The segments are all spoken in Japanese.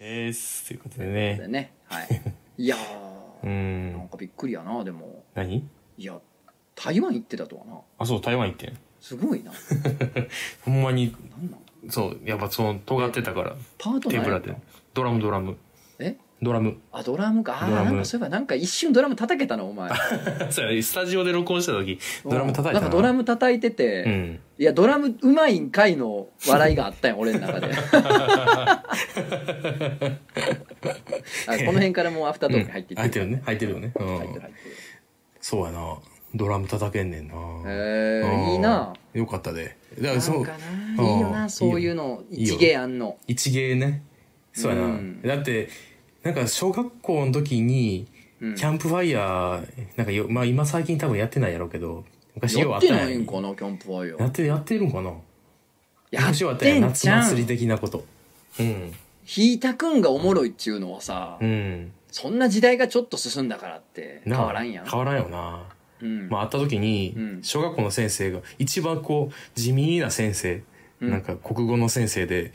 です。ということででね。ね、 はい。いやう、。ーなんんかびっくりやな、でも。何いや、台湾行ってたとはな。あ、そう、台湾行ってん。すごいな。ほんまに、なんなんそう、やっぱその、尖ってたから、パート手ナぶらーでや。ドラム、ドラム。えドラム。あ、ドラムか。あドラー、ムなんかそういえば、なんか一瞬ドラム叩けたな、お前。 そうやねスタジオで録音した時、ドラム叩いたなんかドラム叩いてて、うん。いや、ドラムうまいんかいの笑いがあったんや、俺の 中で。あこの辺からもうアフタートークに入っていうん入ってる。るよね。入ってるよね。う入ってる、ん。入ってる。そうやな。ドラム叩けんねんな。へうーんいいな。よかったで。だからなそんうか、うな。んいいよな、そういうの。いいよ一芸あんの。一芸ね。そうやな。うんだって、なんか小学校の時に、キキャンプファイヤー、なんかよ、まあ今最近多分やってないやろうけど、昔ようやあっったてやないんかな、キャンプファイヤやー。って、やってるんかなや昔はあっったやてんん夏じゃ祭りん。的なこと。うん。ひいたくんがおもろいっちゅうのはさう、ん。そんな時代がちょっと進んだからって、変なあわらんやん。変わらんよな。うんまあ会った時にう、ん小学校の先生が、一番こう、地味な先生、うんなんか国語の先生で、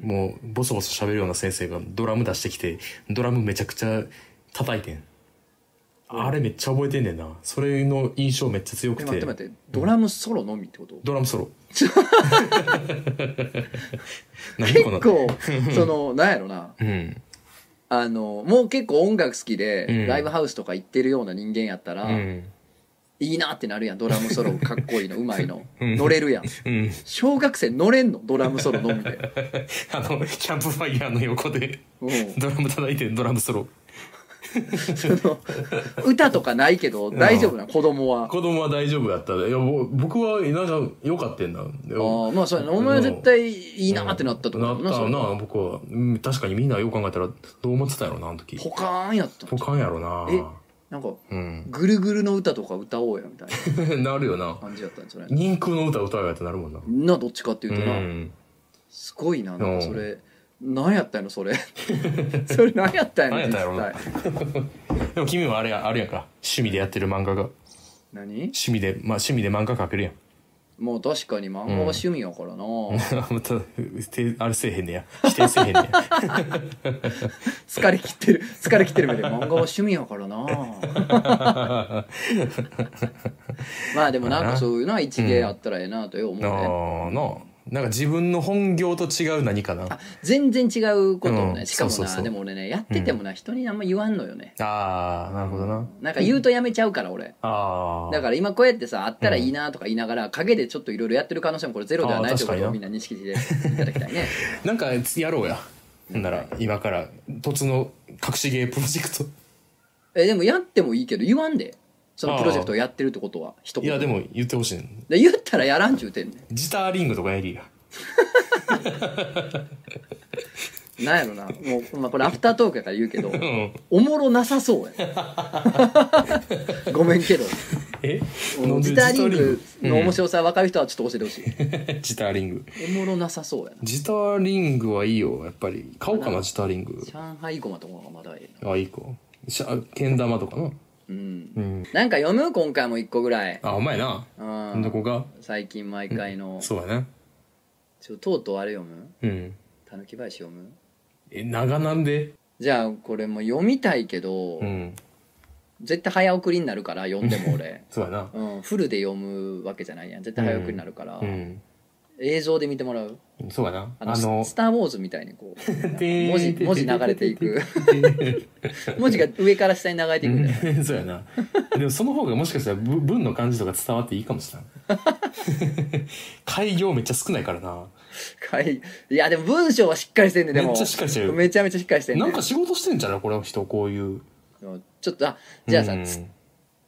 もうボソボソ喋るような先生がドラム出してきて、ドラムめちゃくちゃ叩いてん。あれめっちゃ覚えてんねんな。それの印象めっちゃ強くて。え待って待って、ドラムソロのみってことドラムソ ロ。何この結構、その、なんやろな。うん。あの、もう結構音楽好きで、うんライブハウスとか行ってるような人間やったら、うん。いいなってなるやん。ドラム ソロかっこいいの、うまいの。うん乗れるやん。うん。 小学生乗れんのドラムソロのみで。あの、キャンプファイヤーの横で、うんドラム叩いてドラムソロ。その歌とかないけど、大丈夫な、子供 は。子供は大丈夫やったで。いや、ぼ僕は、なんか、良かったんだ。でああ、まあそうやな。お前は絶対いいなってなったとな思うったそれな、僕は。うん確かにみんなよう考えたら、どう思ってたやろな、あの時。ポカーンやったポカンやろな。えなんか、うん。ぐるぐるの歌とか歌おうや、みたいな なるよな。感じやったんじゃない人空の歌歌うやってなるもんな。な、どっちかってういうとな。ん。すごいな、なんうかんそれ、なんやったんやろ、それ。 それなんやったんやろ、なんやっ実たんやろ際。でも君はあれや、あるやんか。趣味でやってる漫画が。何趣味で、まあ趣味で漫画描けるやん。 もう確かに漫画が趣味やからな、また、てあれせえへんねや。否定せえへん ねや。疲れ切ってる、疲れ切ってる目で漫画は趣味やからな まあでもなんかそういうな、一芸あったらええなとよ思うね。ああ、ななんか自分の本業と違う何かな。全然違うことをうね、んしかもそうそうそな、うでも俺ね、やっててもな、人にあんま言わんのよね。ああ、なるほどな。なんか言うとやめちゃうから、俺。ああ。だから今こうやってさあったらいいなとか言いながら陰でちょっといろいろやってる可能性もこれゼロではないあーということ確をかみにんな認識していただきたいね なんかやろうや。なんなら、今から、突の隠し芸プロジェク ト。えでもやってもいいけど言わんでそのプロジェクトをやってるってことは一い言や、でも言ってほしいね。で言ったらやらんちゅうてんねギターリングとかやりや。んなんやろなもう、まあ、これアフタートークやから言うけどうん。おもろなさそうや んごめんけどえギターリングの面い。白さ分かる人はちょっと教えてほしうんギターリング。 い、おもろなさそうやなギターリングはいいよ、やっぱり。買おうかな、ギターリング。上海ゴマとかがまだええなあ、いいか。しゃ、けん玉とかな。うんうん。なんか読む今回も一個ぐらいあ、お前な。うんどこが最近毎回のそうやな。ちょとうとうあれ読むうん。たぬき林読むえ、長なんでじゃあこれも読みたいけど、うん。絶対早送りになるから読んで も俺そうやな。うんフルで読むわけじゃないやん絶対早送りになるから、うん。映像で見てもらうそうやな。あのあ のス、ター・ウォーズ」みたいにこうなんか文字てー文字流れていくうん 文字が上から下に流れていくみたい なそうや な。でもその方がもしかしたらぶ文の感じとか伝わっていいかもしれない。 開業めっちゃ少ないからな。かいいやでも文章はしっかりしてんねでもめっちゃしっかりしてるめちゃめちゃしっかりしてんねなんか仕事してんじゃないこの人、こういう。ちょっとあじゃあさ、うんつ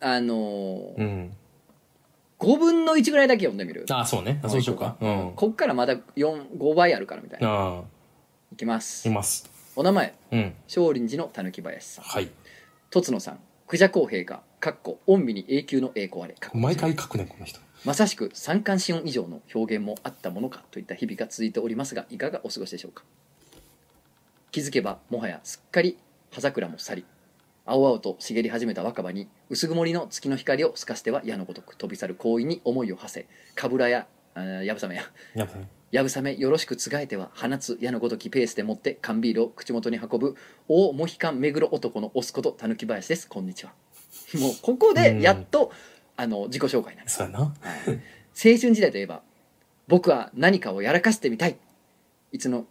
あのーうん。 5分の1ぐらいだけ読んでみるあ、そうね。あそうしようか。うん。こっからまた5倍あるからみたいなあいきまあ、すいます。お名前うん。少林寺のたぬき林さんはい。とつのさんクジャ公平がかっこ御身に永久の栄光あれかっこ毎回書くね、この人。まさしく三冠四音以上の表現もあったものかといった日々が続いておりますがいかがお過ごしでしょうか気づけばもはやすっかり葉桜も去り青々と茂り始めた若葉に薄曇りの月の光を透かしては矢のごとく飛び去る行為に思いを馳せかぶらやあーやぶさめややっぱね。やぶさめよろしくつがえては放つ矢のごときペースで持って缶ビールを口元に運ぶ大モヒカン目黒男の押すことたぬき林ですこんにちはもうここでやっと、あの自己紹介になるそうやな。青春時代といえば僕は何かをやらかしてみたいいつの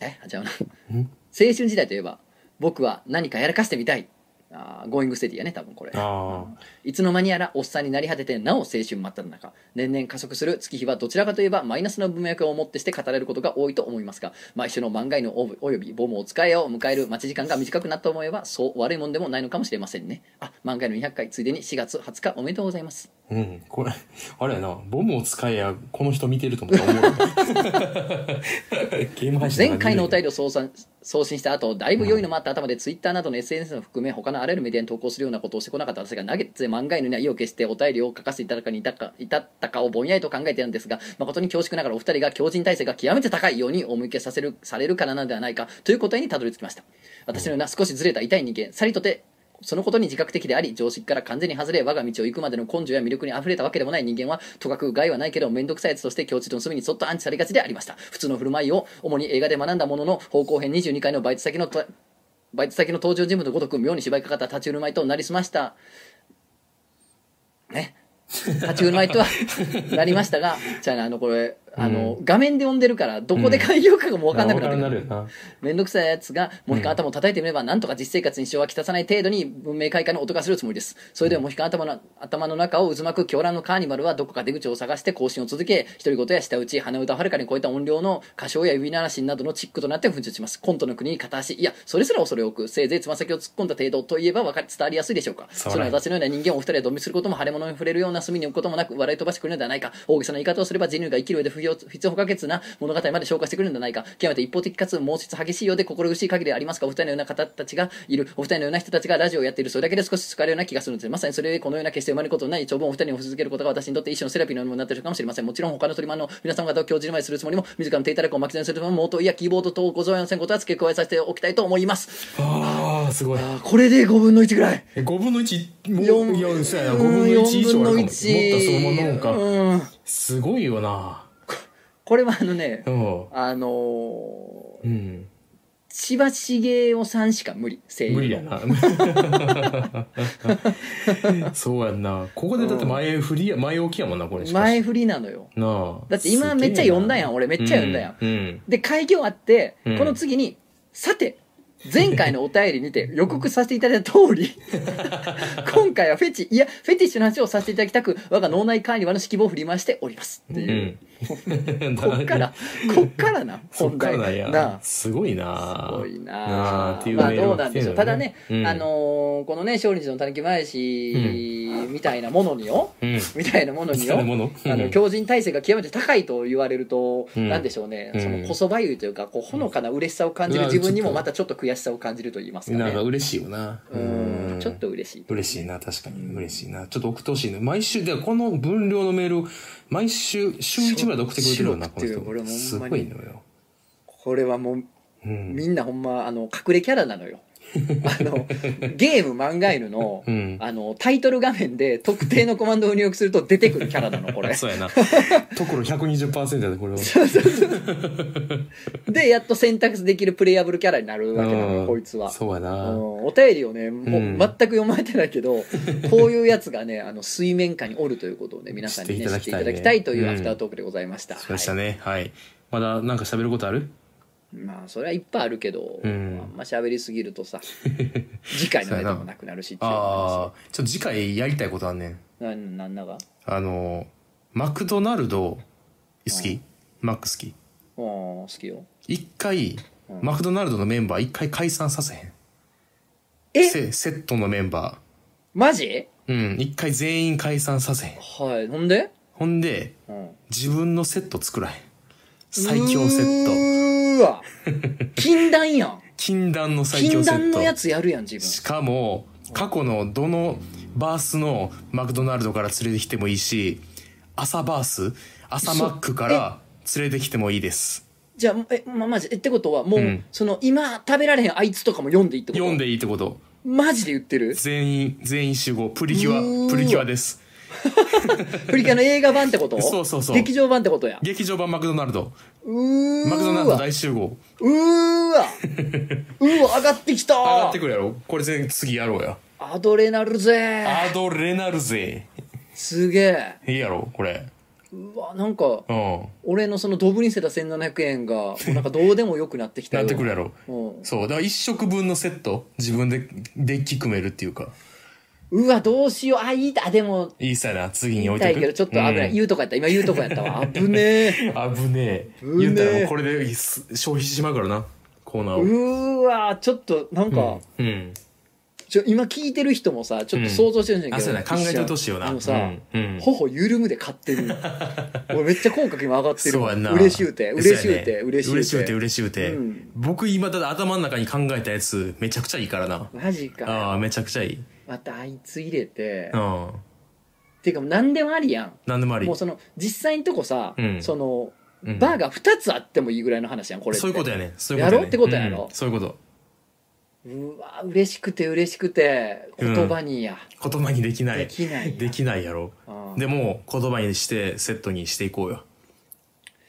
えあ違うな青ん春時代といえば僕は何かやらかしてみたいあーゴーイングステディやね多分これああ。いつの間にやらおっさんになり果ててなお青春真っ只中年々加速する月日はどちらかといえばマイナスの文脈をもってして語られることが多いと思いますが毎週の漫画へのおぶおよびボムを使えよを迎える待ち時間が短くなったと思えばそう悪いもんでもないのかもしれませんねあ漫画への200回ついでに4月20日おめでとうございますうん。これ、あれやな。ボムを使えや、この人見てると思ったら 思う。ゲーム配信前回のお便りを送信送信した後だいぶ良いのもあった頭でツイッターなどの SNS を含め他のあらゆるメディアに投稿するようなことをしてこなかった私がナゲッツで漫画犬には意を決してお便りを書かせていただくに至ったか至ったかをぼんやりと考えているんですが誠に恐縮ながらお二人が強靭体制が極めて高いようにお向けさせるされるからなのではないかという答えにたどり着きました私のような少しずれた痛い人間さりとてそのことに自覚的であり常識から完全に外れ我が道を行くまでの根性や魅力にあふれたわけでもない人間はとかく害はないけど面倒くさいやつとして教授の隅にそっと安置されがちでありました普通の振る舞いを主に映画で学んだものの方向編22回のバイト先のとバイト先の登場人物のごとく妙に芝居かかった立ち振る舞いとなりすましたね立ち振る舞いとはなりましたがじゃあねあのこれあの、画面で読んでるからどこで開業かがもう分かんなくなってくる、るよな。面倒くさいやつがモヒカン頭を叩いてみれば、なんとか実生活に支障はきたさない程度に文明開化の音がするつもりですそれでもモヒカン頭の頭の中を渦巻く狂乱のカーニバルはどこか出口を探して更新を続け独り言や舌打ち鼻歌をはるかに超えた音量の歌唱や指鳴らしなどのチックとなって奮闘しますコントの国に片足いやそれすら恐れ多くせいぜいつま先を突っ込んだ程度といえばわかり伝わりやすいでしょうか そうだねそれは私のような人間をお二人はドン引きすることも腫れ物に触れるような隅に置くこともなく笑い飛ばしてくるのではないか大げさな言い方をすれば人類が生きる上で不要必要不可欠な物語まで消化してくるのではないか極めて一方的かつ毛質激しいようで心苦しい限りでありますがお二人のような方たちがいるお二人のような人たちがラジオをやっているそれだけで少し疲れるような気がするのですまさにそれゆえこのような決して生まれることのない長文をお二人に押し続けることが私にとって一種のセラピーのようにもなっているかもしれませんもちろん他の取りマンの皆様方を教授の前にするつもりも自らの手いただくを巻き添えにするつもりも元いやキーボード等をご存用せんことは付け加えさせておきたいと思いますああ、すごい。あーこれで5分の1ぐらいえ5分の1、も四う、いや、そうやな。5分の1以上あるかも。もっとそのまま飲むか。うんすごいよな。これはあのね、うん。あのー、うん。千葉茂雄さんしか無理声優無理や な。そうやんな。ここでだって前振りや、前置きやもんな、これしかし。前振りなのよなあ。だって今めっちゃ読んだやん俺めっちゃ読んだやん、う。うん。で開業あって、うんこの次にさて前回のお便りに て予告させていただいた通り 今回はフェチいやフェティッシュの話をさせていただきたく我が脳内管理はの指揮棒を振り回しておりますっていう、 うん。こっからこっからな そっ本から題なんやなあすごいなすごいななああっていうまあメールどうが来なんてでるのねしょうただね、うんあのーこのね勝利寺のたぬき林みたいなものによ、うんみたいなものにそよういうものあの強靭体制が極めて高いと言われると、うんなんでしょうね、うんそのこそばゆいというかこうほのかな嬉しさを感じるうん自分にもまたちょっと悔しさを感じると言いますかなんかね嬉しいよなうんちょっと嬉しい嬉しいな確かに嬉しいなちょっと送ってほしいね毎週でこの分量のメールを毎週週1ぐらいで送ってくれてるよな週この週送ってる俺人もほんまにすごいのよこれはもううんみんなほんまあの隠れキャラな のよあのゲーム漫画犬のうんあのタイトル画面で特定のコマンドを入力すると出てくるキャラなのこれそうや なところ120%やでこれはでやっと選択できるプレイアブルキャラになるわけなのうよんこいつはそうやうなんお便りをねもううん全く読まれてない けどこういうやつがねあの水面下におるということをね皆さんにね知知っっていていただただききたたいねいというアフタートークでございましたそうでしたはいねはいまだなんか喋ることあるまあそれはいっぱいあるけどあうんんま喋りすぎる とさ次回のネタもなくなるしっていうのもあああちょっと次回やりたいことあんねんるしなんなんだがあのマクドナルド好きマック好きうん好きよ一回うんマクドナルドのメンバー一回解散させへんえセセットのメンバマジーうん一回全員解散させへんはいほんでほんでうん自分のセット作らへん最強セうットー わ禁断やん禁断の最強禁セット断のやつやるやん自分しかも過去のどのバースのマクドナルドから連れてきてもいいし朝バース朝マックから連れてきてもいいですじゃあえまマジえってことはもう、うんその今食べられへんあいつとかも読んでいいってこと読んでいいってことマジで言ってる全員全員集合プリキうーュアわプリキュアですフリカの映画版ってこと そうそうそう劇場版ってことや。劇場版マクドナルドうーわ。マクドナルド大集合うー わ。うーわ、上がってきた上がってくるやろこれ全然次やろうやアドレナルぜアドレナルゼすげえ。いいやろこれうわ、なんか、うん俺のそのドブに捨てた1700円が、もうなんかどうでもよくなってきたなよ。ってくるやろうんそうだから1食分のセット自分でデッキ組めるっていうかうわ、どうしよう。あ、いいだ。あでも、いいさやな次に言置いいとたくいけど、ちょっと危ない。うん言うとこやった。今言うとこやったわ。危ねえ。危ねえ危ねえ言ったらもうこれです消費してしまうからなコーナーをうーわ、ちょっと、なんか、うんうんちょ今聞いてる人もさちょっと想像してるんじゃあけそうど、やな考えてほしいよなもうさ、うんうん頬緩むで買ってる の俺めっちゃ口角今上がってるそうやんな嬉しゅうて嬉しゅうそうやてね嬉しゅう嬉しゅうてて嬉しゅうてうん僕今だって頭の中に考えたやつめちゃくちゃいいからなマジかああめちゃくちゃいいまたあいつ入れて、うっんていうか何でもありやん何でもありもうその実際のとこさ、うんそのうんバーが2つあってもいいぐらいの話やんこれってそういうことやねそういうやろってことやろうんそういうことうわ嬉しくて嬉しくてうん言葉にや、言葉にできなでいきないやできないやろうんでも言葉にしてセットにしていこうよ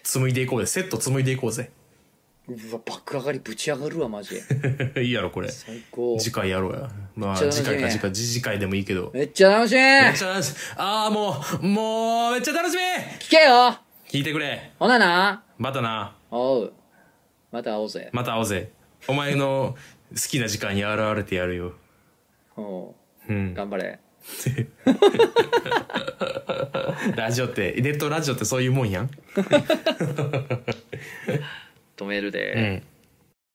紡いでいこうぜセット紡いでいこうぜ うわ爆上がりぶち上がるわマジでいいやろこれ最高 次回やろうやまあめっちゃ楽し次み回か次回次次回でもいいけどめっちゃ楽しいめっちゃ楽しああもうもうめっちゃ楽しみ聞けよ聞いてくれほななまたなおうまた会おうぜ、また会おうぜお前の好きな時間に現れてやるよおううん頑張れラジオってネットラジオってそういうもんやん止めるで、うん